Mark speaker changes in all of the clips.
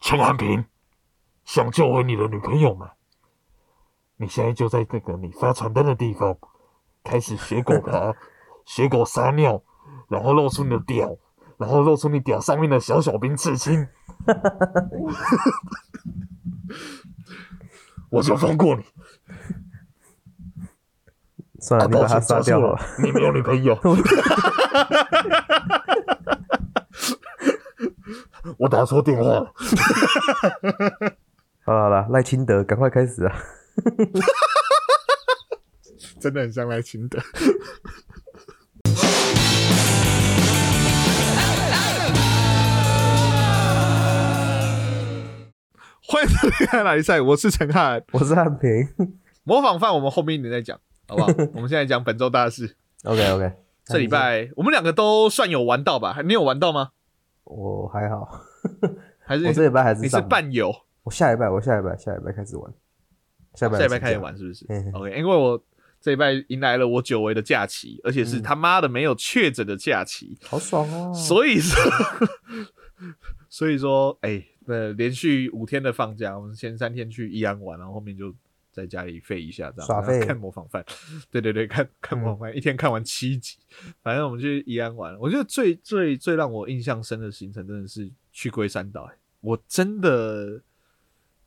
Speaker 1: 陈汉平，想救回你的女朋友吗？你现在就在那个你发传单的地方，开始学 狗爬，学狗撒尿，然后露出你的屌，然后露出你屌上面的小小兵刺青，我就放过你。
Speaker 2: 算啊
Speaker 1: 啊
Speaker 2: 了，你把他杀掉好
Speaker 1: 了
Speaker 2: 了。，
Speaker 1: 你没有女朋 友。我打错电话了。
Speaker 2: 好了好了，赖清德，赶快开始啊！
Speaker 3: 真的很像赖清德。欢迎收听《哪里赛》，我是陈汉。
Speaker 2: 我是汉平。
Speaker 3: 模仿犯我们后面一点再讲，好不 好？我们现在讲本周大 事。
Speaker 2: OK OK，
Speaker 3: 这礼拜我们两个都算有玩到吧？你有玩到吗？
Speaker 2: 我还 好，
Speaker 3: 还
Speaker 2: 我这
Speaker 3: 是
Speaker 2: 礼拜还是
Speaker 3: 你是
Speaker 2: 上班，
Speaker 3: 半游？
Speaker 2: 我下礼拜我下礼拜下礼拜开始玩，下礼拜
Speaker 3: 哦啊下礼拜开始
Speaker 2: 请假，
Speaker 3: 玩是不是
Speaker 2: 嗯
Speaker 3: ？OK，因为我这礼拜迎来了我久违的假期，而且是他妈的没有确诊的假期，
Speaker 2: 好爽哦！
Speaker 3: 所以说， 所以说，哎、那连续五天的放假，我们前三天去宜安玩，然后后面就在家里废一下，这样
Speaker 2: 耍
Speaker 3: 然后
Speaker 2: 废嗯
Speaker 3: 看模仿犯，对对对，看看模仿犯，一天看完七集，反正我们去宜安玩，我觉得最最最让我印象深的行程真的是去龟山岛、哎我真的，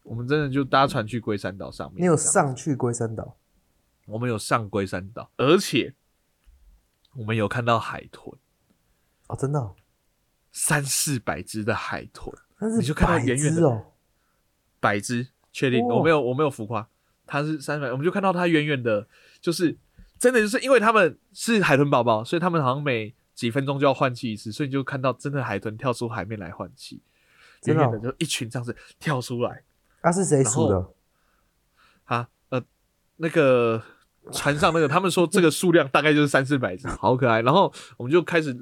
Speaker 3: 我们真的就搭船去龟山岛上面，
Speaker 2: 你有
Speaker 3: 这样子
Speaker 2: 上去龟山岛？
Speaker 3: 我们有上龟山岛，而且我们有看到海豚，
Speaker 2: 哦，真的哦，
Speaker 3: 三四百只的海豚，
Speaker 2: 那
Speaker 3: 你
Speaker 2: 是
Speaker 3: 就看到
Speaker 2: 百
Speaker 3: 远远
Speaker 2: 只
Speaker 3: 的
Speaker 2: 哦，
Speaker 3: 百只，确定，
Speaker 2: 哦
Speaker 3: 我没有我没有浮夸，它是三百，我们就看到它远远的，就是真的就是因为他们是海豚宝宝，所以他们好像每几分钟就要换气一次，所以你就看到真的海豚跳出海面来换气，
Speaker 2: 真
Speaker 3: 远
Speaker 2: 的哦
Speaker 3: 远的就一群这样子跳出来
Speaker 2: 啊，是谁数
Speaker 3: 然
Speaker 2: 的？
Speaker 3: 啊，呃，那个船上那个他们说这个数量大概就是三四百只，好可爱。然后我们就开始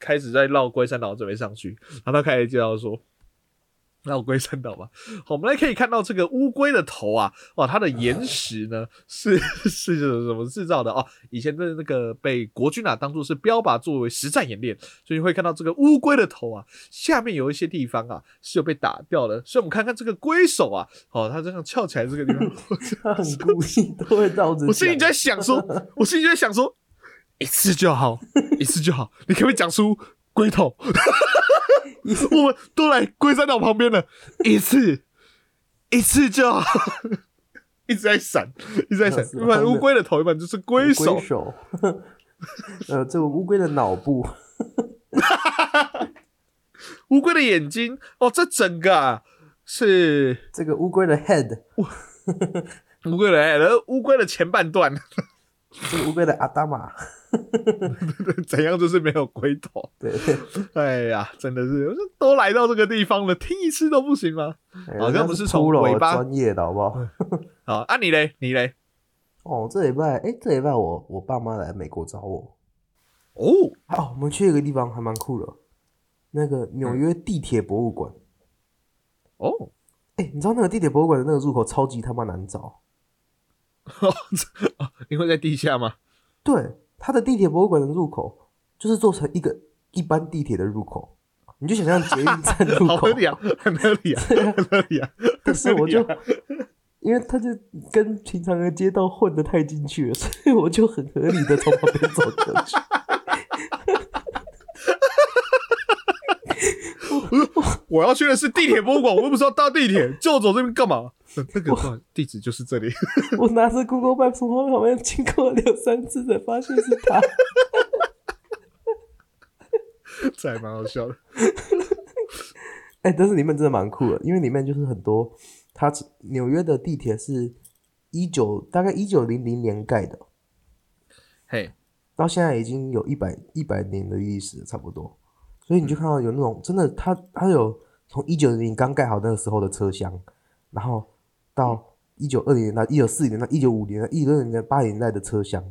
Speaker 3: 开始在绕龟山岛准备上去，然后他开始介绍说。绕龟山岛吧，好，我们来可以看到这个乌龟的头啊，哇，它的岩石呢是是什么制造的哦？以前的那个被国军啊当做是标靶作为实战演练，所以会看到这个乌龟的头啊，下面有一些地方啊是有被打掉的，所以我们看看这个龟手啊，哦，它这样翘起来这个地方，
Speaker 2: 他很故意都会倒着。
Speaker 3: 我心里就在想说，我心里就在想说，一次就好，一次就好，你可不可以讲出龟头？ 我们都来龟山岛旁边了，一次，一次就好。 一直在闪，一直在闪，
Speaker 2: 是
Speaker 3: 一般乌龟的头，一般就是龟手
Speaker 2: 龟。手， 呃，这个乌龟的脑部，
Speaker 3: 乌龟的眼睛，哦，这整个啊是
Speaker 2: 这个乌龟的 head，
Speaker 3: 乌龟的，然后乌龟的前半段
Speaker 2: 这个乌龟的阿达玛，
Speaker 3: 怎样就是没有龟头。
Speaker 2: 对对，
Speaker 3: 哎呀，真的是，我说都来到这个地方了，听一次都不行吗？好
Speaker 2: 人家
Speaker 3: 像不是从
Speaker 2: 骷髅
Speaker 3: 尾巴
Speaker 2: 专业的好不好？
Speaker 3: 好，啊你嘞，你嘞，
Speaker 2: 哦，这礼拜，哎，这礼拜我我爸妈来美国找我，
Speaker 3: 哦，
Speaker 2: 哦，我们去一个地方还蛮酷的，那个
Speaker 3: 嗯
Speaker 2: 纽约地铁博物馆，
Speaker 3: 哦，
Speaker 2: 哎，你知道那个地铁博物馆的那个入口超级他妈难找，
Speaker 3: 因为在地下吗？
Speaker 2: 对，它的地铁博物馆的入口就是做成一个一般地铁的入口，你就想象捷运站入
Speaker 3: 好
Speaker 2: 口
Speaker 3: 合，理啊，很合理啊，很合理啊。
Speaker 2: 但 是我
Speaker 3: 很合理
Speaker 2: 就
Speaker 3: 啊。
Speaker 2: 因为他就跟平常的街道混得太进去了，所以我就很合理的从旁边走过去。
Speaker 3: 我要去的是地铁博物馆，我又不知道搭地铁，就走这边干嘛？呃那个不好意思地址就是这里，
Speaker 2: 我拿着 Google Map 从旁边经过两三次，才发现是他。
Speaker 3: 这还蛮好笑的。
Speaker 2: 哎、但是里面真的蛮酷的，因为里面就是很多，它纽约的地铁是一九大概一九零零年盖的，
Speaker 3: 嘿，
Speaker 2: 到现在已经有一百一百年的历史了差不多，所以
Speaker 3: 嗯
Speaker 2: 你就看到有那种真的，它它有从一九零零刚盖好那个时候的车厢，然后
Speaker 3: 嗯
Speaker 2: 到一九二零年到一九四零年到一九五零年一九六零年八零年代的车厢，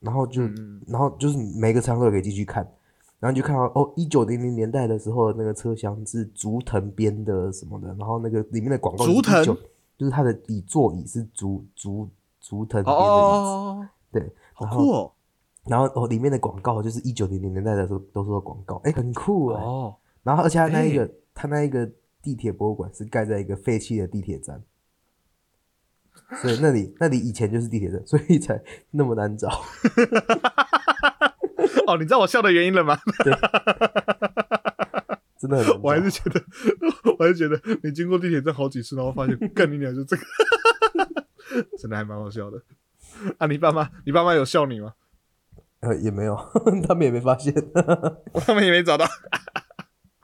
Speaker 2: 然后就、
Speaker 3: 嗯
Speaker 2: 然后就是你每个车厢都可以进去看，然后你就看到哦一九零零年代的时候的那个车厢是竹藤编的什么的，然后那个里面的广告是
Speaker 3: 竹藤
Speaker 2: 19就是它的椅座椅是竹竹竹藤
Speaker 3: 哦
Speaker 2: 编的椅子，对，
Speaker 3: 哦，好
Speaker 2: 然后。
Speaker 3: 酷哦，
Speaker 2: 然后哦，里面的广告就是一九零零年代的时候都是广告，哎，很酷哎、
Speaker 3: 哦，
Speaker 2: 然后而且它那一个，它那一个地铁博物馆是盖在一个废弃的地铁站，所以那里 那里以前就是地铁站，所以才那么难找。
Speaker 3: 哦，你知道我笑的原因了吗？
Speaker 2: 真的很难找。
Speaker 3: 我还是觉得， 我还是觉得你经过地铁站好几次，然后发现更你俩就这个， 真的还蛮好笑的。啊，你爸妈，你爸妈有笑你吗？
Speaker 2: 呃也没有， 他们也没 发现。
Speaker 3: 他们也没找到。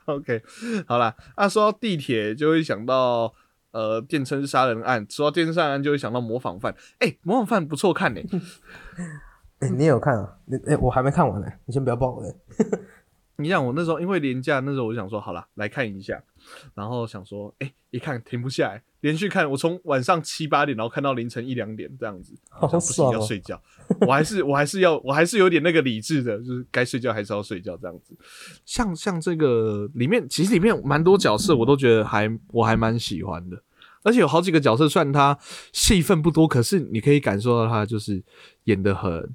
Speaker 3: OK，好啦，啊，说到地铁就会想到呃电车杀人案，说到电车杀人案就会想到模仿犯。哎、模仿犯不错看呢、
Speaker 2: 哎、你也有看啊？你哎、我还没看完呢、你先不要爆我、欸。
Speaker 3: 你想我那时候因为廉价，那时候我就想说好啦，来看一下，然后想说哎、一看停不下来，连续看，我从晚上七八点然后看到凌晨一两点这样子，
Speaker 2: 好
Speaker 3: 想不行
Speaker 2: 爽
Speaker 3: 要
Speaker 2: 哦
Speaker 3: 睡觉，我还是我还是要我还是有点那个理智的，就是该睡觉还是要睡觉这样子。像像这个里面，其实里面蛮多角色我都觉得还我还蛮喜欢的，而且有好几个角色，虽然他戏份不多，可是你可以感受到他就是演的很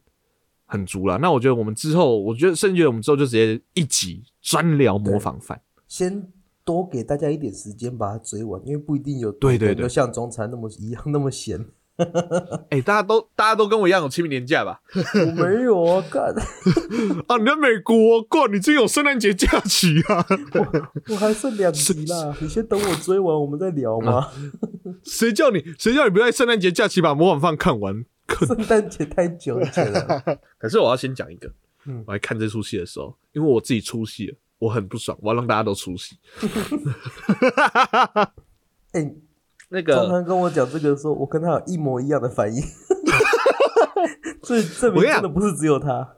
Speaker 3: 很足了。那我觉得我们之后，我觉得甚至觉得我们之后就直接一集专聊模仿犯。
Speaker 2: 先多给大家一点时间把它追完，因为不一定有
Speaker 3: 对对
Speaker 2: 每个人
Speaker 3: 对
Speaker 2: 都像中餐那么一样那么闲。
Speaker 3: 哎、大家都大家都跟我一样有清明年假吧？
Speaker 2: 我没有啊，干，
Speaker 3: 啊，你在美国，过你真有圣诞节假期啊？
Speaker 2: 我还剩两集啦，你先等我追完，我们再聊
Speaker 3: 啊
Speaker 2: 嘛。
Speaker 3: 谁叫你谁叫你不在圣诞节假期把模仿犯看完？
Speaker 2: 圣诞节太 久以前了，
Speaker 3: 可是我要先讲一个，
Speaker 2: 嗯
Speaker 3: 我来看这出戏的时候，因为我自己出戏了，我很不爽，我要让大家都出戏。
Speaker 2: 哎、
Speaker 3: 那个
Speaker 2: 中餐跟我讲这个的时候，我跟他有一模一样的反应， 这证
Speaker 3: 我
Speaker 2: 明
Speaker 3: 跟
Speaker 2: 真
Speaker 3: 你讲
Speaker 2: 的不是只有他。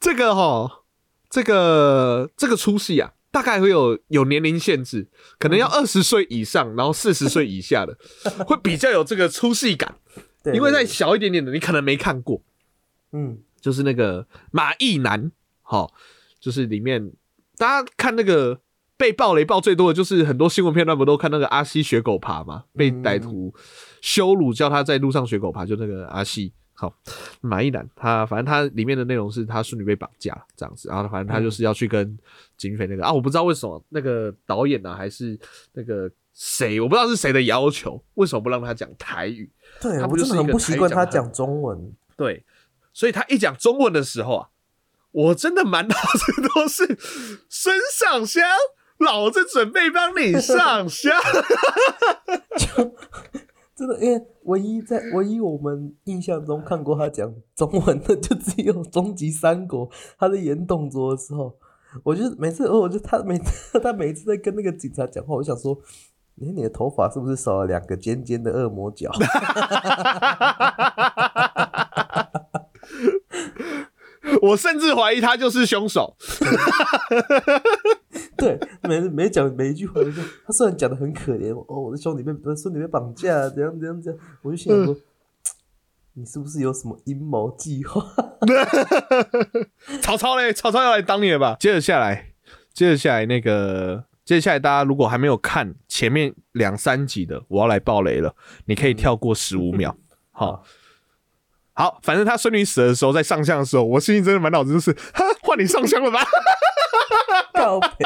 Speaker 3: 这个哈，这个这个出戏啊，大概会有有年龄限制，可能要
Speaker 2: 嗯
Speaker 3: 二十岁以上，然后四十岁以 下的，会比较有这个出戏感。
Speaker 2: 对，
Speaker 3: 因为再
Speaker 2: 在
Speaker 3: 小一点点的，你可能没看过，
Speaker 2: 嗯，
Speaker 3: 就是那个马义男，好，就是里面大家看那个。被暴雷爆最多的就是很多新闻片段不都看那个阿西学狗爬嘛，被歹徒羞辱叫他在路上学狗爬，就那个阿西。好，马一男他反正他里面的内容是他孙女被绑架了这样子，然后反正他就是要去跟警匪那个、啊，我不知道为什么那个导演呢、啊还是那个谁，我不知道是谁的要求，为什么不让他讲台语？
Speaker 2: 对
Speaker 3: 他不
Speaker 2: 我
Speaker 3: 就
Speaker 2: 真
Speaker 3: 是
Speaker 2: 的
Speaker 3: 一
Speaker 2: 很
Speaker 3: 个
Speaker 2: 不习惯他
Speaker 3: 台语讲
Speaker 2: 讲中文，
Speaker 3: 对，所以他一讲中文的时候啊，我真的满脑子都是孙尚香，老子准备帮你上香。
Speaker 2: 真的，因为唯一在唯一我们印象中看过他讲中文的，就只有《终极三国》他在演董卓的时候，我就每次，哦我就他每次他每次在跟那个警察讲话，我就想说，你你的头发是不是少了两个尖尖的恶魔角？
Speaker 3: 我甚至怀疑他就是凶手。
Speaker 2: 对，每每讲每一句话我就说，他虽然讲的很可怜，哦，我的兄弟被我的孙女被绑架，怎样怎样怎样，我就心想
Speaker 3: 嗯
Speaker 2: 说，你是不是有什么阴谋计划？
Speaker 3: 曹操嘞，曹操要来当你了吧？接着下来，接着下来那个，接下来大家如果还没有看前面两三集的，我要来爆雷了，你可以跳过十五 秒。嗯好。好，反正他孙女死的时候，在上香的时候，我心里真的满脑子就是，哈，换你上香了吧？
Speaker 2: 告白，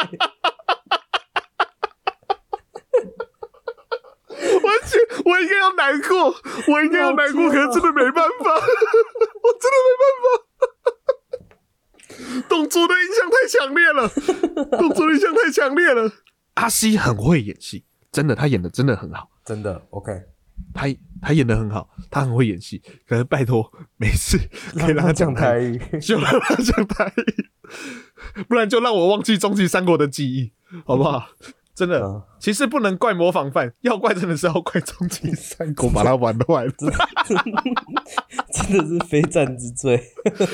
Speaker 3: 我去，我应该要难过，我应该要难过，
Speaker 2: 好
Speaker 3: 可
Speaker 2: 贱
Speaker 3: 是
Speaker 2: 哦
Speaker 3: 真的没办 法，我真的没办法。董卓的印象太强烈 了，董卓的印象太强烈了。阿西很会演戏，真的，他演的真的很好，
Speaker 2: 真的 OK。
Speaker 3: 他他演的很好，他很会演戏。可是拜托，每次可以让他讲台语，
Speaker 2: 语。
Speaker 3: 就让他讲台语，不然就让我忘记终极三国的记忆，好不好？真的，
Speaker 2: 嗯
Speaker 3: 其实不能怪模仿犯， 要怪真的是要怪终极 三国把他玩坏了，
Speaker 2: 真的是非战之罪。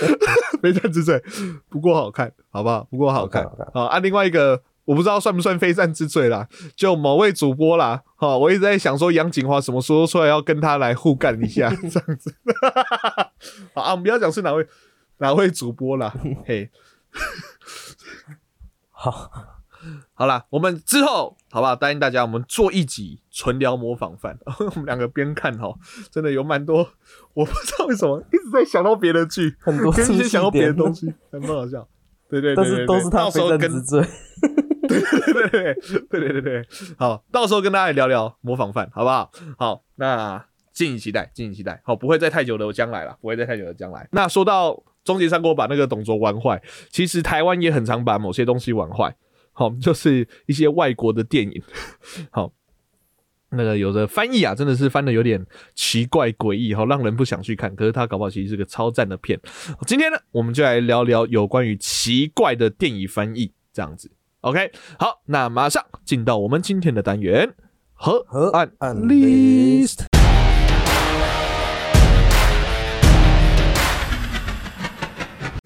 Speaker 3: 没战之罪。不过好看，好不好？不过好看
Speaker 2: 好看好
Speaker 3: 好啊。另外一个我不知道算不算非战之罪啦，就某位主播啦，好，我一直在想说杨景华什么时候出来要跟他来互干一下这样子。 好啊，我们不要讲是哪位哪位主播啦，嘿。
Speaker 2: 好，
Speaker 3: 好啦，我们之后好不好？答应大家，我们做一集纯聊模仿犯。 我们两个边看哈，真的有蛮多，我不知道为什么一直在想到别的剧，
Speaker 2: 很多
Speaker 3: 跟一
Speaker 2: 出
Speaker 3: 些想
Speaker 2: 戏
Speaker 3: 到别的
Speaker 2: 点，
Speaker 3: 东西，很不好笑。对对对
Speaker 2: 但
Speaker 3: 对
Speaker 2: 是
Speaker 3: 对
Speaker 2: 都是他
Speaker 3: 到时
Speaker 2: 非
Speaker 3: 候
Speaker 2: 战
Speaker 3: 跟
Speaker 2: 之罪。
Speaker 3: 对对对对对对对对，好，到时候跟大家聊聊模仿犯，好不好？好，那敬请期待，敬请期待。好，不会在太久的将来了，不会在太久的将来。那说到终极三国把那个董卓玩坏，其实台湾也很常把某些东西玩坏。好，就是一些外国的电影，好，那个有的翻译啊，真的是翻的有点奇怪诡异，好让人不想去看。可是它搞不好其实是个超赞的片。今天呢，我们就来聊聊有关于奇怪的电影翻译这样子。OK，好，那马上进到我们今天的单元河
Speaker 4: 河
Speaker 3: 岸
Speaker 4: 岸
Speaker 3: list。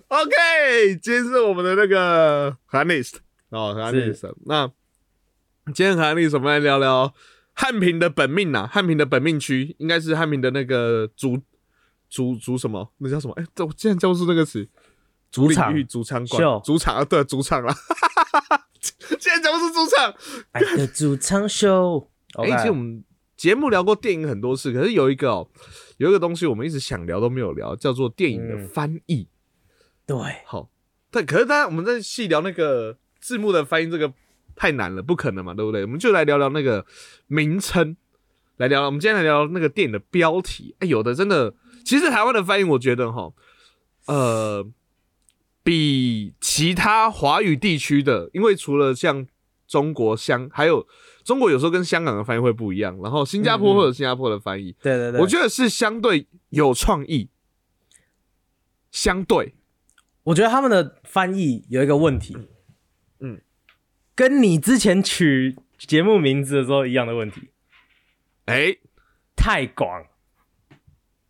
Speaker 3: OK，今天是我们的那个河岸 list 哦，河岸
Speaker 2: 是
Speaker 3: list。那今天河岸 list 我们来聊聊汉平的本命呐、啊汉平的本命区应该是汉平的那个主主主什么？那叫什么？哎、这我竟然叫不出那个词。主领域、主场馆
Speaker 2: 秀、
Speaker 3: 主场啊，对，主场啦。 竟然讲不出主场。
Speaker 2: 爱的哎主场秀。
Speaker 3: 哎、其实我们节目聊过电影很多次，可是有一个哦，有一个东西我们一直想聊都没有聊，叫做电影的
Speaker 2: 嗯
Speaker 3: 翻译。
Speaker 2: 对，
Speaker 3: 好，但可是大家我们在细聊那个字幕的翻译，这个太难了，不可能嘛，对不对？我们就来聊聊那个名称，来聊，我们今天来聊那个电影的标题。哎，有的真的，其实台湾的翻译，我觉得哈，呃，比其他华语地区的，因为除了像中国香，还有中国有时候跟香港的翻译会不一样，然后新加
Speaker 2: 嗯嗯
Speaker 3: 坡或者新加坡的翻译，
Speaker 2: 对对对，
Speaker 3: 我觉得是相对有创意，相对。
Speaker 2: 我觉得他们的翻译有一个问题，
Speaker 3: 嗯
Speaker 2: 嗯，跟你之前取节目名字的时候一样的问题，
Speaker 3: 哎、
Speaker 2: 太广。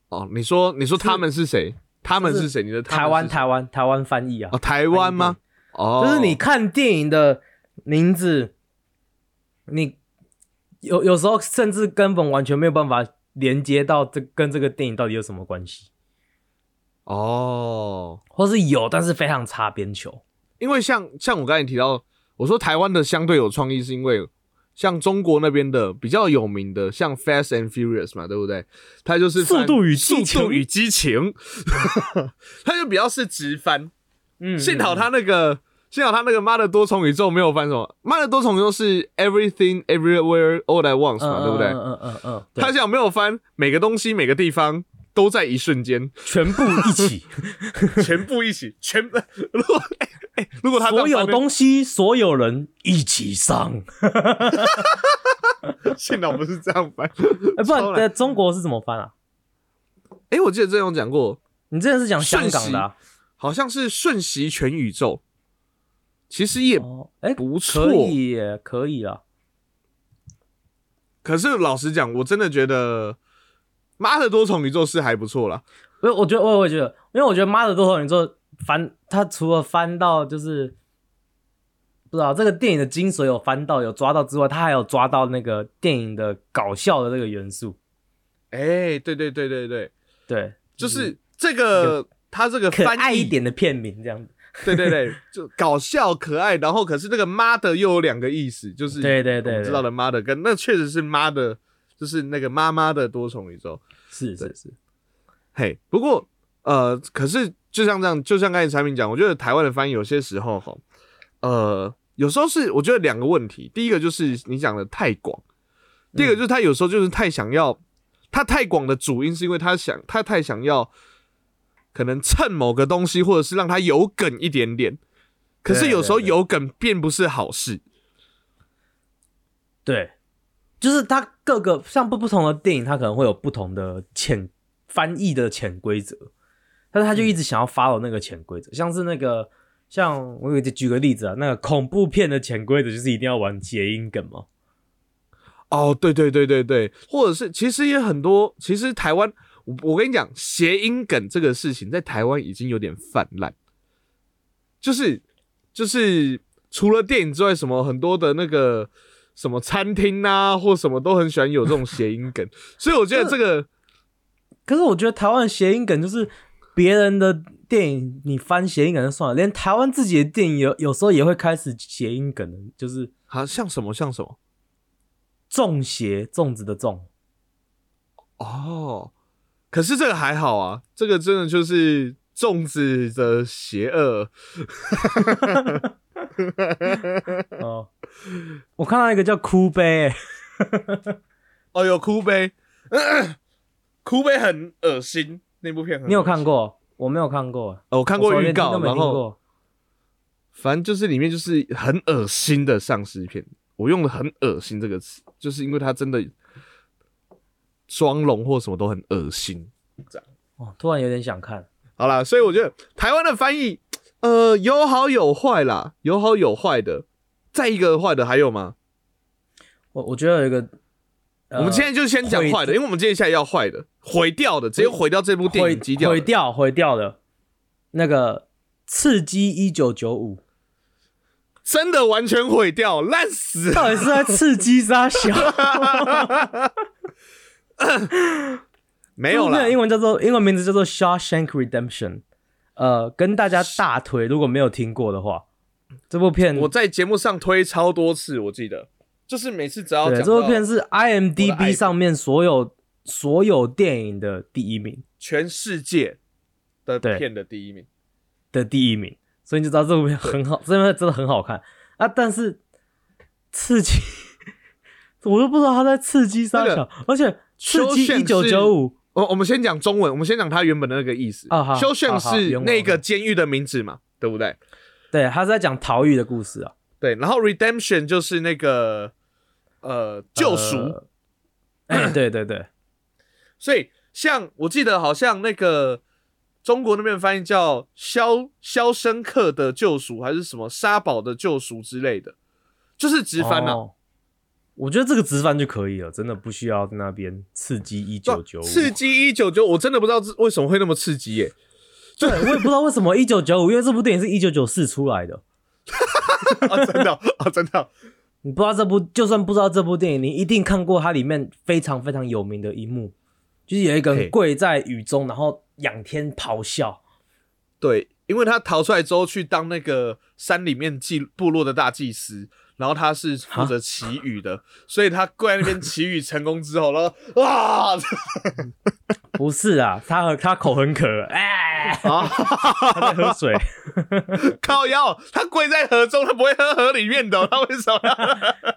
Speaker 3: 哦，你说你说他们是谁？他们是谁？你的他们
Speaker 2: 台湾
Speaker 3: 是谁
Speaker 2: 台湾台湾翻译啊
Speaker 3: 哦，，台湾吗？哦，
Speaker 2: 就是你看电影的名字，你有有时候甚至根本完全没有办法连接到这跟这个电影到底有什么关系，
Speaker 3: 哦，
Speaker 2: 或是有，但是非常擦边球。
Speaker 3: 因为像像我刚才提到，我说台湾的相对有创意，是因为像中国那边的比较有名的，像《Fast and Furious》嘛，对不对？它就是翻
Speaker 2: 速度与激情
Speaker 3: 速度与 激情，它就比较是直翻。
Speaker 2: 嗯，
Speaker 3: 幸好他那个，幸好他那个妈的多重宇宙没有翻什么，妈的多重宇宙是 Everything Everywhere All at Once 嘛，对不对？
Speaker 2: 嗯嗯嗯嗯嗯，对
Speaker 3: 他想没有翻，每个东西每个地方都在一瞬 间，
Speaker 2: 全部一 起，
Speaker 3: 全部 一起，全如果哎、哎如果他这样
Speaker 2: 所有
Speaker 3: 翻呢
Speaker 2: 东西，所有人一起上。
Speaker 3: 幸好不是这样翻，
Speaker 2: 哎，不
Speaker 3: 超
Speaker 2: 然
Speaker 3: 难
Speaker 2: 在中国是怎么翻啊？
Speaker 3: 哎、我记得之前有讲过，
Speaker 2: 你之前是讲香港的啊？
Speaker 3: 好像是瞬息全宇宙，其实也
Speaker 2: 哦，哎，
Speaker 3: 不错。
Speaker 2: 可以耶，可以啊。
Speaker 3: 可是老实讲，我真的觉得。妈的，多重宇宙是还不错啦。
Speaker 2: 不是，我觉得，我我也觉得，因为我觉得《妈的多头》你说翻，他除了翻到就是不知道这个电影的精髓有翻到有抓到之外，他还有抓到那个电影的搞笑的这个元素。
Speaker 3: 哎、对对对对对，
Speaker 2: 对，
Speaker 3: 就是这个，他这个
Speaker 2: 可
Speaker 3: 翻
Speaker 2: 爱
Speaker 3: 译
Speaker 2: 一点的片名这样子。
Speaker 3: 对对对，就搞笑可爱，然后可是那个妈的又有两个意思，就是
Speaker 2: 对对对对
Speaker 3: 我们知道的妈的跟那确实是妈的，就是那个妈妈的多重宇宙。
Speaker 2: 是是是，
Speaker 3: 嘿，不过呃，可是就像这样，就像刚才产品讲，我觉得台湾的翻译有些时候哈，呃，有时候是我觉得两个问题，第一个就是你讲的太广，第
Speaker 2: 嗯
Speaker 3: 二个就是他有时候就是太想要，他太广的主因是因为他想他太想要，可能蹭某个东西，或者是让他有梗一点点。可是
Speaker 2: 对啊
Speaker 3: 有时候
Speaker 2: 对对
Speaker 3: 有梗并不是好事，
Speaker 2: 对，就是它各个像不不同的电影，它可能会有不同的潜翻译的潜规则，但是他就一直想要 follow 那个潜规则，像是那个像我有举个例子啊，那个恐怖片的潜规则就是一定要玩谐音梗嘛。
Speaker 3: 哦，对对对对对，或者是其实也很多，其实台湾，我我跟你讲，谐音梗这个事情在台湾已经有点泛滥，就是就是除了电影之外，什么很多的那个什么餐厅啊，或什么都很喜欢有这种谐音梗，所以我觉得这个
Speaker 2: 可是我觉得台湾的谐音梗就是别人的电影你翻谐音梗就算了，连台湾自己的电影有有时候也会开始谐音梗的，就是
Speaker 3: 好、像什么像什么
Speaker 2: 粽邪粽子的粽，
Speaker 3: 哦，可是这个还好啊，这个真的就是粽子的邪恶，
Speaker 2: 哦，我看到一个叫哭杯、欸，
Speaker 3: 哦有哭悲， 哭悲很恶心，那部片很恶心
Speaker 2: 你有看？过？我没有看过，
Speaker 3: 呃，我看
Speaker 2: 我
Speaker 3: 过
Speaker 2: 从
Speaker 3: 预
Speaker 2: 连听
Speaker 3: 告
Speaker 2: 都，没
Speaker 3: 然
Speaker 2: 听
Speaker 3: 后
Speaker 2: 过。
Speaker 3: 反正就是里面就是很恶心的丧尸片，我用了很恶心这个词，就是因为它真的妆容或什么都很恶心。
Speaker 2: 哦，突然有点想看。
Speaker 3: 好啦，所以我觉得台湾的翻译，呃，有好有坏啦，有好有坏的。再一个坏的还有吗？
Speaker 2: 我我觉得有一个，呃
Speaker 3: 我们现在就先讲
Speaker 2: 毁
Speaker 3: 坏的，因为我们接下来要坏的，毁掉的，直接毁掉这部电
Speaker 2: 毁
Speaker 3: 影，基掉的。
Speaker 2: 毁掉毁掉的那个刺激一九九 五，
Speaker 3: 真的完全毁掉，烂死了。
Speaker 2: 到底是在刺激啥小？
Speaker 3: 没有啦
Speaker 2: 那，英文叫做英文名字叫做《Shawshank Redemption》，呃，跟大家大推，如果没有听过的话，这部片
Speaker 3: 我在节目上推超多次，我记得，就是每次只要
Speaker 2: 对
Speaker 3: 讲
Speaker 2: 这部片
Speaker 3: 到
Speaker 2: 是
Speaker 3: 我的爱
Speaker 2: IMDB
Speaker 3: 片
Speaker 2: 上面所有所有电影的第一名
Speaker 3: 全世界的
Speaker 2: 对
Speaker 3: 片的第一名，
Speaker 2: 的第一名，所以你就知道这部片很好，这部片真的很好看啊！但是刺激，我都不知道他在刺激啥
Speaker 3: 那
Speaker 2: 小，而且刺激一
Speaker 3: Shawshank
Speaker 2: 九九五
Speaker 3: 哦我我们先讲中文，我们先讲它原本的那个意思。
Speaker 2: 啊好
Speaker 3: 修宪
Speaker 2: 好好
Speaker 3: 是
Speaker 2: 原文
Speaker 3: 那个监狱的名字嘛，对不对？
Speaker 2: 对，他是在讲逃狱的故事啊，
Speaker 3: 对，然后 redemption 就是那个呃救赎，
Speaker 2: 呃。 哎，对对对，
Speaker 3: 所以像我记得好像那个中国那边翻译叫《肖肖申克的救赎》还是什么《沙堡的救赎》之类的，就是直翻啊呐、
Speaker 2: 哦我觉得这个直翻就可以了，真的不需要在那边刺激一
Speaker 3: 对
Speaker 2: 九九五。
Speaker 3: 刺激一九九，我真的不知道这为什么会那么刺激耶、
Speaker 2: 对，我也不知道为什么一九九五，因为这部电影是一九九四出来的，
Speaker 3: 啊，真的哦啊，真的哦，
Speaker 2: 你不知道这部，就算不知道这部电影，你一定看过它里面非常非常有名的一幕，就是有一个
Speaker 3: 嘿
Speaker 2: 人跪在雨中，然后仰天咆哮。
Speaker 3: 对，因为他逃出来之后去当那个山里面祭部落的大祭司，然后他是负责祈雨的，所以他跪在那边祈雨成功之后，然后啊
Speaker 2: 不是啊，他和他口很渴，哎、
Speaker 3: 啊，
Speaker 2: 他在喝水。
Speaker 3: 靠腰，他跪在河中，他不会喝河里面的哦，他为什么要？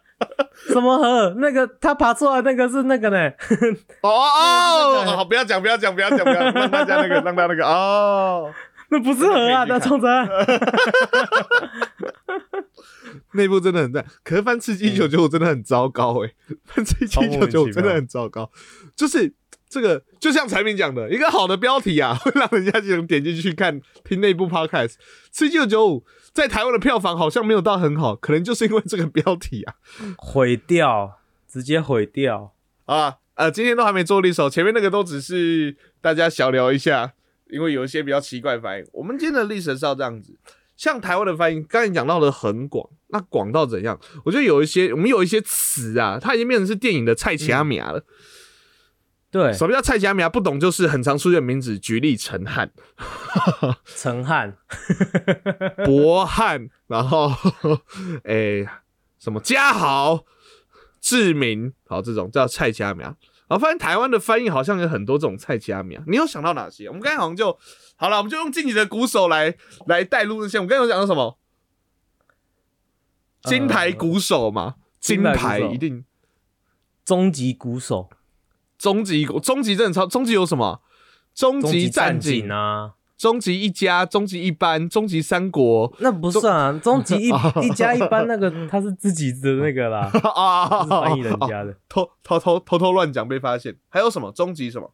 Speaker 2: 什么河？那个他爬出来那个是那个呢？
Speaker 3: 哦
Speaker 2: 那
Speaker 3: 哦，
Speaker 2: 个
Speaker 3: 好，不要讲，不要讲，不要讲，不要讲让大家那个，让他那个哦，
Speaker 2: 那不是河啊，
Speaker 3: 那
Speaker 2: 那
Speaker 3: 个可以
Speaker 2: 冲着。
Speaker 3: 内部真的很赞。可是翻刺激一九九五真的很糟糕哎、翻刺激一九九五真的很糟糕，就是这个就像产品讲的，一个好的标题啊， 会让人家想点进去看听内部 podcast。刺激一九九五在台湾的票房好像没有到很好，可能就是因为这个标题啊
Speaker 2: 毁掉，直接毁掉。
Speaker 3: 啊呃，今天都还没做力手，前面那个都只是大家小聊一下，因为有一些比较奇怪的反应。我们今天的历史是要这样子，像台湾的翻译，刚才讲到的很广，那广到怎样？我觉得有一些，我们有一些词啊，它已经变成是电影的菜奇阿米亚了。
Speaker 2: 对，
Speaker 3: 什么叫菜奇阿米亚？不懂就是很常出现的名字，举例陈汉、
Speaker 2: 陈汉，
Speaker 3: 博汉，然后 诶、什么嘉豪、志明，好这种叫菜奇阿米亚。然后发现台湾的翻译好像有很多这种菜奇阿米亚，你有想到哪些？我们刚才好像就好了，我们就用自己的鼓手来来带路那些。我们刚才有讲到什么？金牌鼓手嘛，金
Speaker 2: 呃金牌鼓手
Speaker 3: 牌一定
Speaker 2: 终极鼓手，
Speaker 3: 终极终极正超终极有什么？终
Speaker 2: 终
Speaker 3: 极
Speaker 2: 极战
Speaker 3: 战警、
Speaker 2: 警啊，
Speaker 3: 终极一家、终极一班、终极三国
Speaker 2: 那不算啊，终极 一一加一班那个他是自己的那个 啦，
Speaker 3: 啊
Speaker 2: 他是翻译 人家的
Speaker 3: 偷偷偷偷偷乱讲被发现。还有什么终极什么？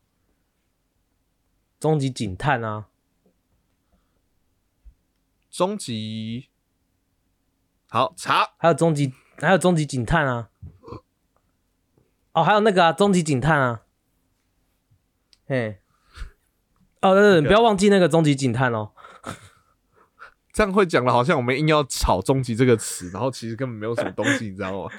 Speaker 2: 终极警探啊，
Speaker 3: 终极好查
Speaker 2: 还有终极还有终极警探啊，哦，还有那个啊，终极警探啊，嘿，哦，对对，对不要忘记那个终极警探哦，
Speaker 3: 这样会讲的好像我们硬要炒“终极”这个词，然后其实根本没有什么东西，你知道吗？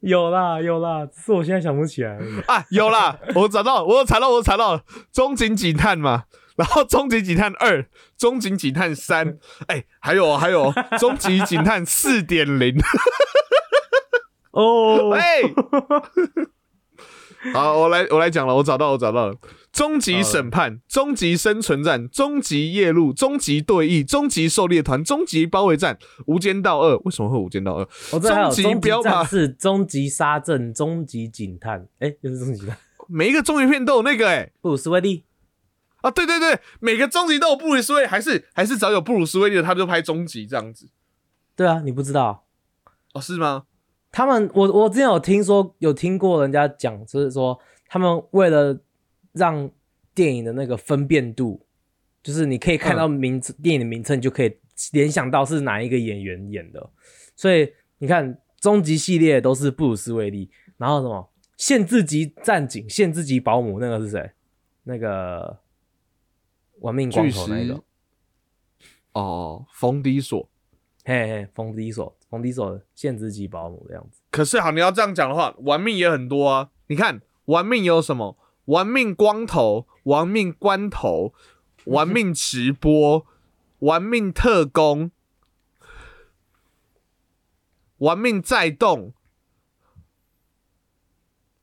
Speaker 2: 有啦有啦，只是我现在想不起 来而已。
Speaker 3: 啊，有啦，我找到，我查到，我查到了《终极警探》嘛，然后《终极警探二》《终极警探三》，哎，还有哦还有哦《终极警探四点零》，
Speaker 2: 哦，
Speaker 3: 哎， 好，我来我来讲了，我找到我找到了，终极审判、终极生存战、终极夜路、终极对弈、终极狩猎团、终极包围战、无间道二，为什么会无间道二？
Speaker 2: 我这还有
Speaker 3: 终极
Speaker 2: 终极
Speaker 3: 标靶
Speaker 2: 战士、终极沙阵、终极警探，哎，又是终极警探，
Speaker 3: 每一个终极片都有那个哎、
Speaker 2: 布鲁斯威利，
Speaker 3: 啊，对对对，每个终极都有布鲁斯威，还是还是只要有布鲁斯威利的，他就拍终极这样子
Speaker 2: 对啊，你不知道。
Speaker 3: 哦，是吗？
Speaker 2: 他们，我我之前有听说，有听过人家讲，就是说他们为了让电影的那个分辨度，就是你可以
Speaker 3: 嗯
Speaker 2: 看到名字、电影的名称，你就可以联想到是哪一个演员演的。所以你看，终极系列都是布鲁斯威利，然后什么限制级战警、限制级保姆，那个是谁？那个玩命光
Speaker 3: 巨
Speaker 2: 头那
Speaker 3: 石
Speaker 2: 个，
Speaker 3: 哦，冯迪索。
Speaker 2: 嘿嘿，冯迪索，冯迪索的限制级保姆的样子。
Speaker 3: 可是好，你要这样讲的话，玩命也很多啊。你看，玩命有什么？玩命光头，玩命关头，玩命直播，玩命特工，玩命在动。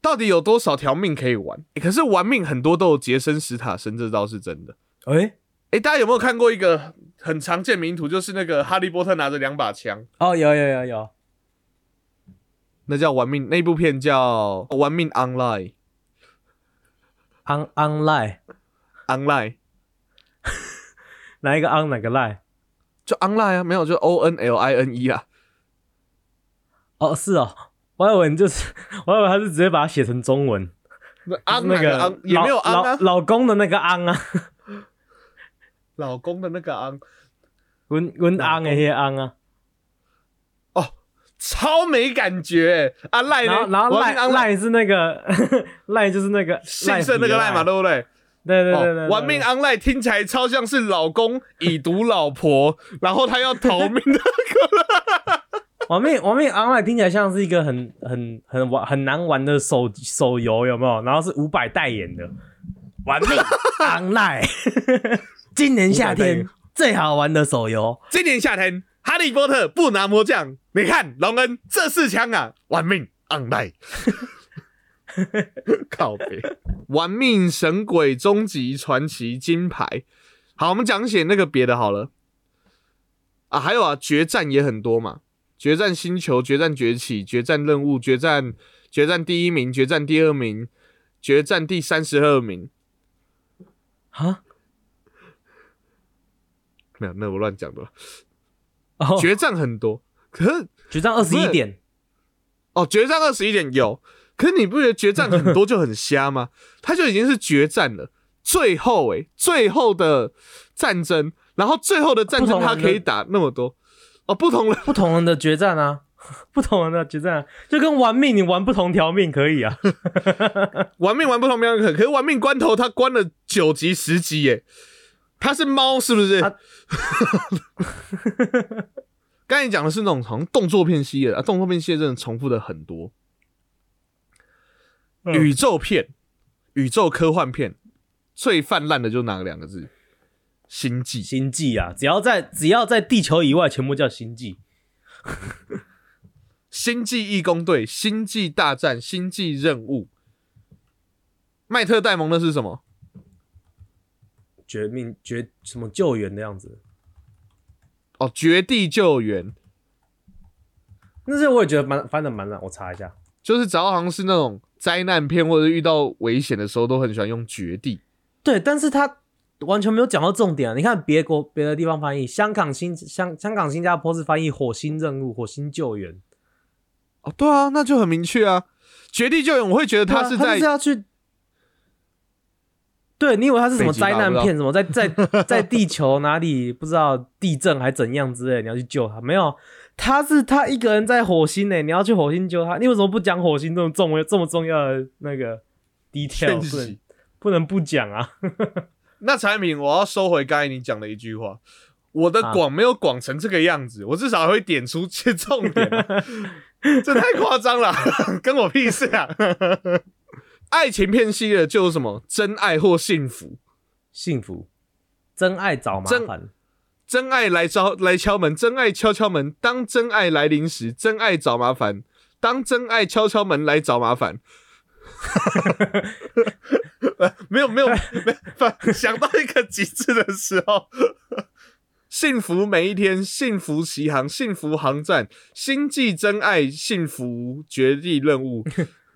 Speaker 3: 到底有多少条命可以玩？欸可是玩命很多都有杰森·史塔森，这倒是真的。
Speaker 2: 哎、
Speaker 3: 哎、大家有没有看过一个很常见名图？就是那个哈利波特拿着两把枪，
Speaker 2: 哦，有有有有。
Speaker 3: 那叫《玩命》，那部片叫《玩命 Online》
Speaker 2: on online
Speaker 3: ，Online
Speaker 2: 哪一个 on 哪个 line？
Speaker 3: 就 Online 啊，没有就 O N L I N E 啊。
Speaker 2: 哦，是哦，我还以为你就是， 我还以为他是直接把它写成中文，
Speaker 3: 那
Speaker 2: 就
Speaker 3: on
Speaker 2: 是那个
Speaker 3: 哪 on 也没有 on
Speaker 2: 老
Speaker 3: 啊
Speaker 2: 老，老公的那个 on 啊，
Speaker 3: 老公的那个 on
Speaker 2: 文文 on 的那些 on 啊，
Speaker 3: 哦，超没感觉、欸。啊赖呢
Speaker 2: 然后？然后
Speaker 3: 玩
Speaker 2: 赖
Speaker 3: 命 Online
Speaker 2: 赖是那个 赖就是那个
Speaker 3: 姓甚那个赖嘛，
Speaker 2: 对
Speaker 3: 对不对？
Speaker 2: 对对对对
Speaker 3: 哦，
Speaker 2: 对，
Speaker 3: 玩命 Online 听起来超像是老公已读老婆，然后他要逃命的。
Speaker 2: 玩命玩命 online 听起来像是一个很很很玩很难玩的手手游，有没有？然后是伍佰代言的玩 命 online，今 年夏
Speaker 3: 伍佰代言
Speaker 2: 天最好玩的手游。
Speaker 3: 今年夏天，《哈利波特》不拿魔杖，你看龙恩这四枪啊，玩命 online，靠北，玩命神鬼终极传奇金牌。好，我们讲写那个别的好了。啊，还有啊，决战也很多嘛，决战星球、决战崛起、决战任务、决战决战第一名、决战第二名、决战第三十二名。
Speaker 2: 啊，
Speaker 3: 没有，那我乱讲的了。
Speaker 2: 哦，
Speaker 3: 决战很多，可是
Speaker 2: 决战二十
Speaker 3: 不
Speaker 2: 一
Speaker 3: 是
Speaker 2: 点，
Speaker 3: 哦，决战二十一点有，可是你不觉得决战很多就很瞎吗？它就已经是决战了，最后诶、最后的战争，然后最后的战争
Speaker 2: 不同
Speaker 3: 它
Speaker 2: 人的
Speaker 3: 可以打那么多哦，不同人
Speaker 2: 不同人的决战啊， 不同人的决战、啊，就跟玩命，你玩不同条命可以啊。
Speaker 3: 玩命玩不同喵可，可是玩命关头它关了九级十级耶、它是猫是不是
Speaker 2: 它？
Speaker 3: 刚才讲的是那种好像动作片系列的啊，动作片系列真的重复的很多，
Speaker 2: 嗯
Speaker 3: 宇宙片、宇宙科幻片最泛滥的就哪两个字？星 际。
Speaker 2: 星际啊，只要在只要在地球以外，全部叫星际。
Speaker 3: 《星际义工队》《星际大战》《星际任务》。麦特戴蒙的是什么？
Speaker 2: 绝命绝什么救援的样子，
Speaker 3: 哦，《绝地救援》
Speaker 2: 那是我也觉得蛮翻的蛮烂。我查一下，
Speaker 3: 就是只要好像是那种灾难片或者是遇到危险的时候，都很喜欢用绝地。
Speaker 2: 对，但是他完全没有讲到重点啊。你看别国别的地方翻译，香港新香香港新加坡是翻译火星任务、火星救援，
Speaker 3: 哦，对啊，那就很明确啊。绝地救援，我会觉得
Speaker 2: 对啊
Speaker 3: 他是在
Speaker 2: 就是要去。对你以为他是什么
Speaker 3: 北极吧
Speaker 2: 灾难
Speaker 3: 不知道
Speaker 2: 片？什么在在 在地球哪里不知道地震还怎样之类，你要去救他？没有，他是他一个人在火星呢、你要去火星救他。你为什么不讲火星这种重这么重要的那个 detail？
Speaker 3: 劝
Speaker 2: 不能
Speaker 3: 喜。
Speaker 2: 不能不讲啊！
Speaker 3: 那产品，我要收回刚才你讲的一句话，我的
Speaker 2: 啊
Speaker 3: 广没有广成这个样子，我至少会点出些重点啊、这太夸张了， 跟我屁事 啊！爱情片系列就是什么真爱或幸福，
Speaker 2: 幸福，真爱找麻
Speaker 3: 真
Speaker 2: 烦，
Speaker 3: 真爱来招来敲门，真爱敲敲门。当真爱来临时，真爱找麻烦；当真爱敲敲门来找麻烦， 没有没有没有反想到一个极致的时候，幸福每一天，幸福骑行，幸福航站，星际真爱，幸福绝地任务。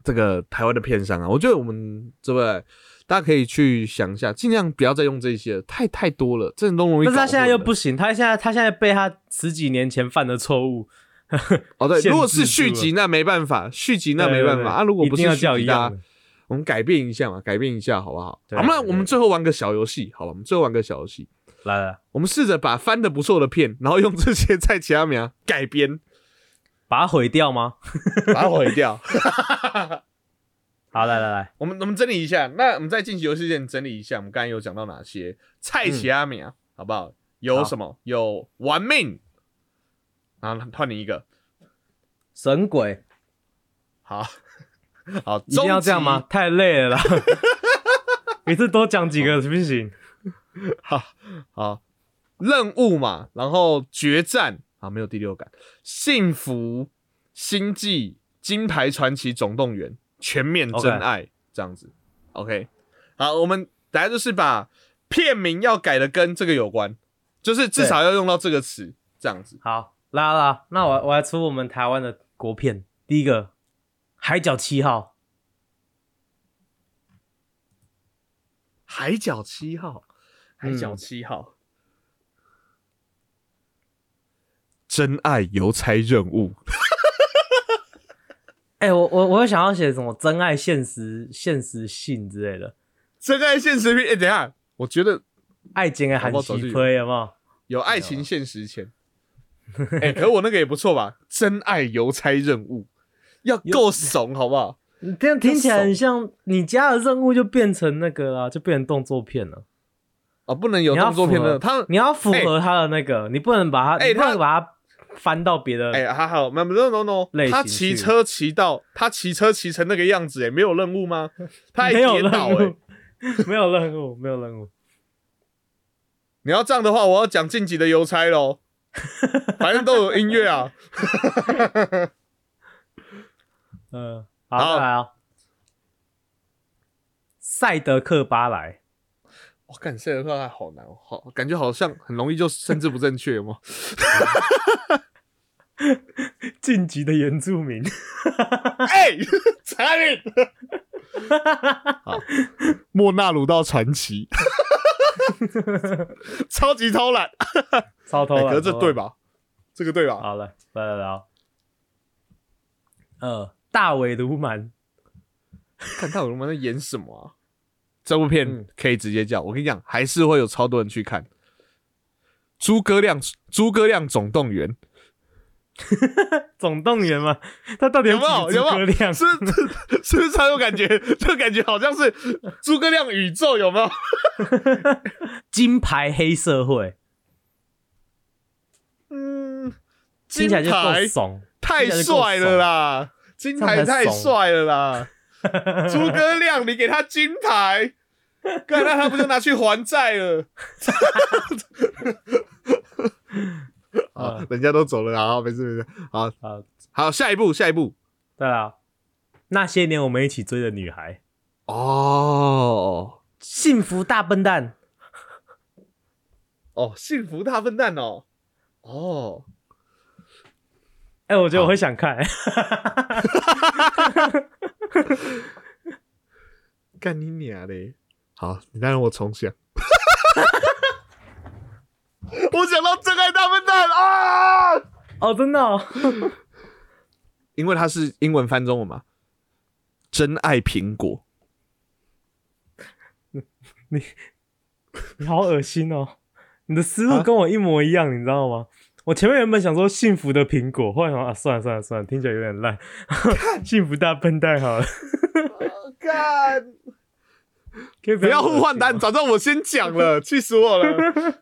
Speaker 3: 这个台湾的片商啊，我觉得我们这位大家可以去想一下，尽量不要再用这些了，太太多了，这都容易
Speaker 2: 但
Speaker 3: 搞混
Speaker 2: 是他
Speaker 3: 了。
Speaker 2: 现在又不行，他现在他现在被他十几年前犯的错误，
Speaker 3: 哦，对，
Speaker 2: 限
Speaker 3: 如果是
Speaker 2: 制住
Speaker 3: 续
Speaker 2: 了
Speaker 3: 集，那没办法，续集那
Speaker 2: 对
Speaker 3: 没
Speaker 2: 对
Speaker 3: 办
Speaker 2: 对
Speaker 3: 法啊。如果不
Speaker 2: 一
Speaker 3: 是
Speaker 2: 定要
Speaker 3: 续
Speaker 2: 叫
Speaker 3: 集，
Speaker 2: 一
Speaker 3: 大
Speaker 2: 样
Speaker 3: 家
Speaker 2: 的
Speaker 3: 我们改变一下嘛，改变一下好不好？
Speaker 2: 对
Speaker 3: 好，那
Speaker 2: 对
Speaker 3: 我们
Speaker 2: 对
Speaker 3: 最后玩个小游戏，好吧？我们最后玩个小游戏，
Speaker 2: 来了，
Speaker 3: 我们试着把翻的不错的片，然后用这些在其他名啊改编，
Speaker 2: 把它毁掉吗？
Speaker 3: 把它 毁掉。
Speaker 2: 好，来来来，
Speaker 3: 我们我们整理一下，那我们在进行游戏之前整理一下，我们刚才有讲到哪些菜奇阿米啊，好不好？有
Speaker 2: 好
Speaker 3: 什么？有玩命，然后换你一个，
Speaker 2: 神鬼
Speaker 3: 好 好，
Speaker 2: 一定要
Speaker 3: 终
Speaker 2: 这样
Speaker 3: 极
Speaker 2: 吗？？太累了啦， 每次多讲几个行不行？
Speaker 3: 好，任务嘛，然后决战啊，没有第六感，幸福、星际、金牌传奇、总动员、全面真爱这样子。OK，好，我们大家就是把片名要改的跟这个有关，就是至少要用到这个词这样子。
Speaker 2: 好，啦啦，那我我来出我们台湾的国片，第一个《海角七号
Speaker 3: 海角七号，海角
Speaker 2: 嗯
Speaker 3: 七号，真爱邮差任务，》
Speaker 2: 哎，我我我想要写什么真爱现实、现实性之类的，
Speaker 3: 真爱现实片。哎、等一下，我觉得
Speaker 2: 爱情的韩
Speaker 3: 搞不好早就
Speaker 2: 系
Speaker 3: 有
Speaker 2: 推有没有？啊
Speaker 3: 有爱情现实前。 哎、可我那个也不错吧？真爱邮差任务要够怂，好不好？
Speaker 2: 你这样听起来很像你家的任务就变成那个啊啦，就变成动作片了。
Speaker 3: 啊，不能有
Speaker 2: 你要
Speaker 3: 动作片
Speaker 2: 符合
Speaker 3: 的。他
Speaker 2: 你要符合他的那个，你不能把它，
Speaker 3: 哎
Speaker 2: 你不能
Speaker 3: 他
Speaker 2: 把它翻到别的。
Speaker 3: 哎、还好，no no no no，
Speaker 2: 类型
Speaker 3: 他骑
Speaker 2: 去
Speaker 3: 车骑到他骑车骑成那个样子、哎，没有任务吗？ 他还
Speaker 2: 没有
Speaker 3: 跌倒、
Speaker 2: 任
Speaker 3: 哎
Speaker 2: 务，，没有任务，没有任务。
Speaker 3: 你要这样的话，我要讲晋级的邮差 喽。反正都有音乐啊，
Speaker 2: 嗯，好，
Speaker 3: 好
Speaker 2: 再来哦。赛德克巴莱，
Speaker 3: 我感觉的话好难，哦好感觉好像很容易就政治不正确嘛。
Speaker 2: 晋级的原住民。
Speaker 3: 哎， 查理，好，莫纳鲁道传 奇，超级偷懒，
Speaker 2: 超偷
Speaker 3: 哎，
Speaker 2: 懒，
Speaker 3: 可是这
Speaker 2: 超偷懒
Speaker 3: 对？吧？这个对吧？
Speaker 2: 好了，来来来哦，呃，大尾鲈鳗，
Speaker 3: 看到我们在演什么啊？这部片
Speaker 2: 嗯
Speaker 3: 可以直接叫，我跟你讲，还是会有超多人去看。诸葛亮，诸葛亮总动员，
Speaker 2: 总动员嘛， 他到底
Speaker 3: 有
Speaker 2: 几
Speaker 3: 没有？
Speaker 2: 个
Speaker 3: 有
Speaker 2: 诸葛
Speaker 3: 没有？
Speaker 2: 亮？
Speaker 3: 是 不是是不是超有感觉？ 就感觉好像是诸葛亮宇宙，有没有？
Speaker 2: 金牌黑社会，
Speaker 3: 嗯，
Speaker 2: 听起来就
Speaker 3: 金牌
Speaker 2: 够怂。
Speaker 3: 太帅了啦！金牌太帅了啦！诸葛亮，你给他金牌，干那他不就拿去还债了？好，人家都走了啦，好，没事没事，好
Speaker 2: 好，
Speaker 3: 好，下一步，下一步，
Speaker 2: 对啊，那些年我们一起追的女孩，
Speaker 3: 哦
Speaker 2: 幸福大笨蛋，
Speaker 3: 哦，幸福大笨蛋哦，哦，
Speaker 2: 哎、我觉得我会想看、
Speaker 3: 干你娘嘞！好，你再让我重想，我想到真爱大笨蛋啊！
Speaker 2: 哦，真的、哦，
Speaker 3: 因为它是英文翻中文嘛，真爱苹果。
Speaker 2: 你好恶心哦，你的思路跟我一模一样，你知道吗？我前面原本想说幸福的苹果，后来想啊，算了算了算了，听起来有点烂，幸福大笨蛋好了，
Speaker 3: 干，
Speaker 2: 可以
Speaker 3: 不要互换答
Speaker 2: 单。
Speaker 3: 案，早知道我先讲 了，气死我了。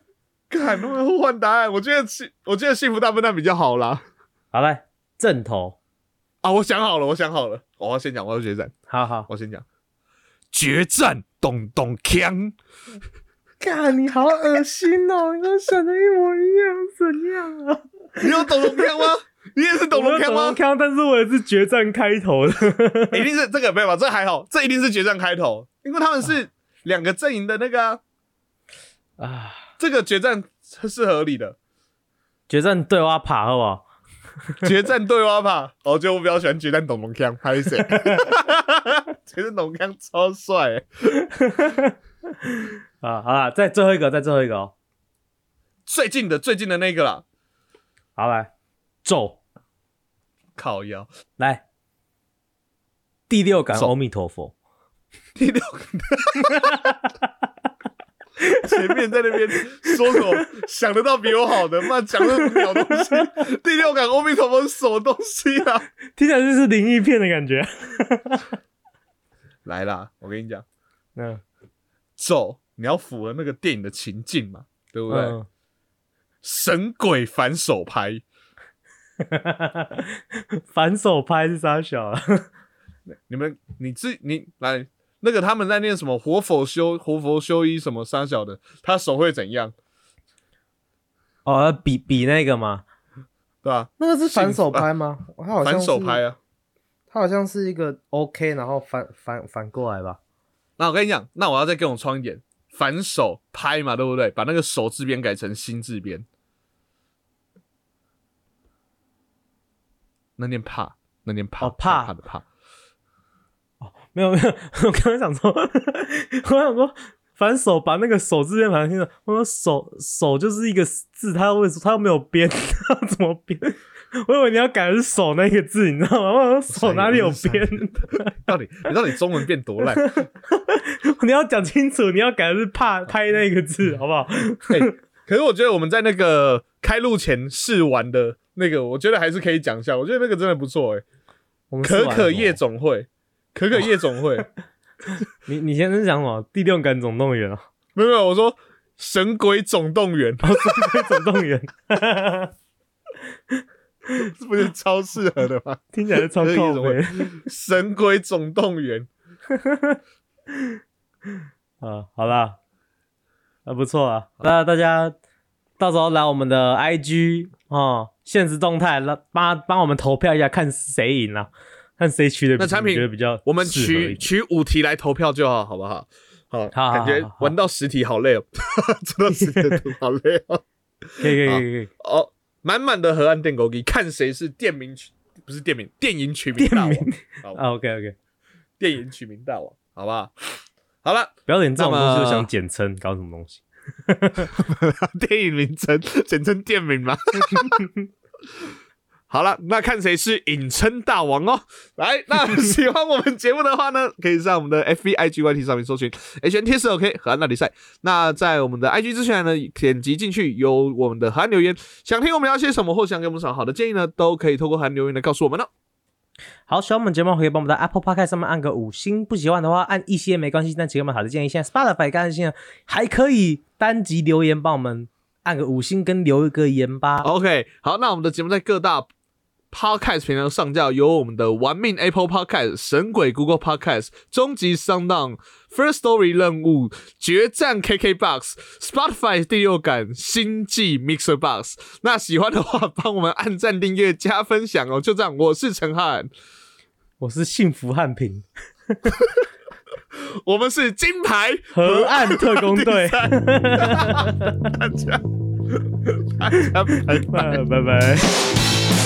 Speaker 3: 干，不能互换答案，我觉得幸，我觉得幸福大笨蛋比较好啦。
Speaker 2: 好来，正头，
Speaker 3: 啊，我想好了，我想好了，哦我要先讲，我要决战，
Speaker 2: 好好，
Speaker 3: 我先讲，决战，咚咚锵。
Speaker 2: 看你好恶心哦，你跟我想的一模一样，怎样啊？
Speaker 3: 你有懂懂锵吗？ 你也是
Speaker 2: 我
Speaker 3: 董
Speaker 2: 没有
Speaker 3: 龙看吗
Speaker 2: 懂？康，但是我也是决战开头的。
Speaker 3: 一定是这个没有吧？这还好，这一定是决战开头，因为他们是两个阵营的那个、啊，
Speaker 2: 啊，
Speaker 3: 这个决战是合理的。
Speaker 2: 决战对挖爬好不好？
Speaker 3: 决战对挖吧，哦，就我比较喜欢决战董龙枪，拍谁？ 决战董龙枪超帅欸，
Speaker 2: 啊，好啦，再最后一个，再最后一个哦。
Speaker 3: 最近的最近的那个啦，
Speaker 2: 好来，咒
Speaker 3: 靠腰
Speaker 2: 来，第六感
Speaker 3: 咒
Speaker 2: 阿弥陀佛。
Speaker 3: 第六个，前面在那边说什么想得到比我好的，妈讲的鸟东西，第六感阿弥陀佛是什么东西啊？
Speaker 2: 听起来就是灵异片的感觉。
Speaker 3: 来啦，我跟你讲，
Speaker 2: 嗯，
Speaker 3: 咒你要符合那个电影的情境嘛，对不对？
Speaker 2: 嗯，
Speaker 3: 神鬼反手拍，
Speaker 2: 反手拍是啥小啊？
Speaker 3: 你们你自你来那个他们在念什么活佛修活佛修一什么三小的，他手会怎样，
Speaker 2: 哦，比比那个吗？
Speaker 3: 对吧、
Speaker 4: 那个是反手拍吗？他好像
Speaker 3: 反
Speaker 4: 是
Speaker 3: 手拍，啊。
Speaker 4: 他好像是一个 OK，然后反反反过来吧。
Speaker 3: 那我跟你讲，那我要再跟我创一点，反手拍嘛，对不对？把那个手字边改成心字边，那念怕，那念怕，
Speaker 2: 哦怕
Speaker 3: 怕的怕，
Speaker 2: 没有没 有，我刚刚想说， 我想说反手把那个手字边反清楚。我说手手就是一个字，它为什它又没有边， 它要怎么编？ 我以为你要改的是手那个字，你知道吗？我想说手哪里有边？
Speaker 3: 到底你到底中文变多烂？
Speaker 2: 你要讲清楚，你要改的是怕拍那个字，好不 好？
Speaker 3: 哎，可是我觉得我们在那个开录前试玩的那个，我觉得还是可以讲一下，我觉得那个真的不错哎、
Speaker 2: 我们试
Speaker 3: 可
Speaker 2: 完
Speaker 3: 可
Speaker 2: 了
Speaker 3: 夜，总会，可可夜总会，
Speaker 2: 你你先是讲什么？第六感总动员啊，
Speaker 3: 没有没有，我说神鬼总动员，
Speaker 2: 总动员，
Speaker 3: 这不是超适合的吗？
Speaker 2: 听起来就超
Speaker 3: 可以
Speaker 2: 靠
Speaker 3: 怎么
Speaker 2: 背
Speaker 3: 神鬼总动员，
Speaker 2: 啊！好啦，啊不错啊，那大家到时候来我们的 IG 哦，现实动态来帮帮我们投票一下，看谁赢了，看谁取的
Speaker 3: 那产品
Speaker 2: 觉得比较
Speaker 3: 我们
Speaker 2: 适合一
Speaker 3: 取
Speaker 2: 点
Speaker 3: 取五题来投票就好，好不好？好，
Speaker 2: 好
Speaker 3: 感觉
Speaker 2: 好好
Speaker 3: 玩到十题好累哦， 做到十题好累哦。
Speaker 2: 可以可以可以可以
Speaker 3: 哦，满满的河岸电狗机，看谁是店名取不是店名，电影取名
Speaker 2: 店
Speaker 3: 大王
Speaker 2: 名，啊 OK OK，
Speaker 3: 电影取名大王，好不好？好了，
Speaker 2: 不要连这种东西
Speaker 3: 那么
Speaker 2: 就想简称，搞什么东西？
Speaker 3: 电影名称简称店名嘛。 好了，那看谁是影称大王哦。来，那喜欢我们节目的话呢，可以上我们的 F B I G Y T 上面搜寻 H N T S O K 河岸大比赛。那在我们的 I G 资讯栏呢，点击进去有我们的河岸留言，想听我们聊些什么，或想给我们什么好的建议呢，都可以透过河岸留言来告诉我们哦。
Speaker 2: 好，喜欢我们节目可以帮我们在 Apple Podcast 上面按个五星，不喜欢的话按一些没关系，但请给我们好的建议。现在 Spotify 干现在还可以单集留言帮我们按个五星跟留一个言吧。
Speaker 3: OK，好，那我们的节目在各大 Podcast 平台上架，有我们的玩命 Apple Podcast、神鬼 Google Podcast、终极 Sound、First Story 任务、决战 KKBox、Spotify 第六感、星际 Mixer Box。那喜欢的话，帮我们按赞、订阅、加分享哦。就这样，我是陈汉，
Speaker 2: 我是幸福汉平
Speaker 3: 我们是金牌
Speaker 2: 河岸特工队，
Speaker 3: 大家，大家拜拜。
Speaker 2: 拜拜。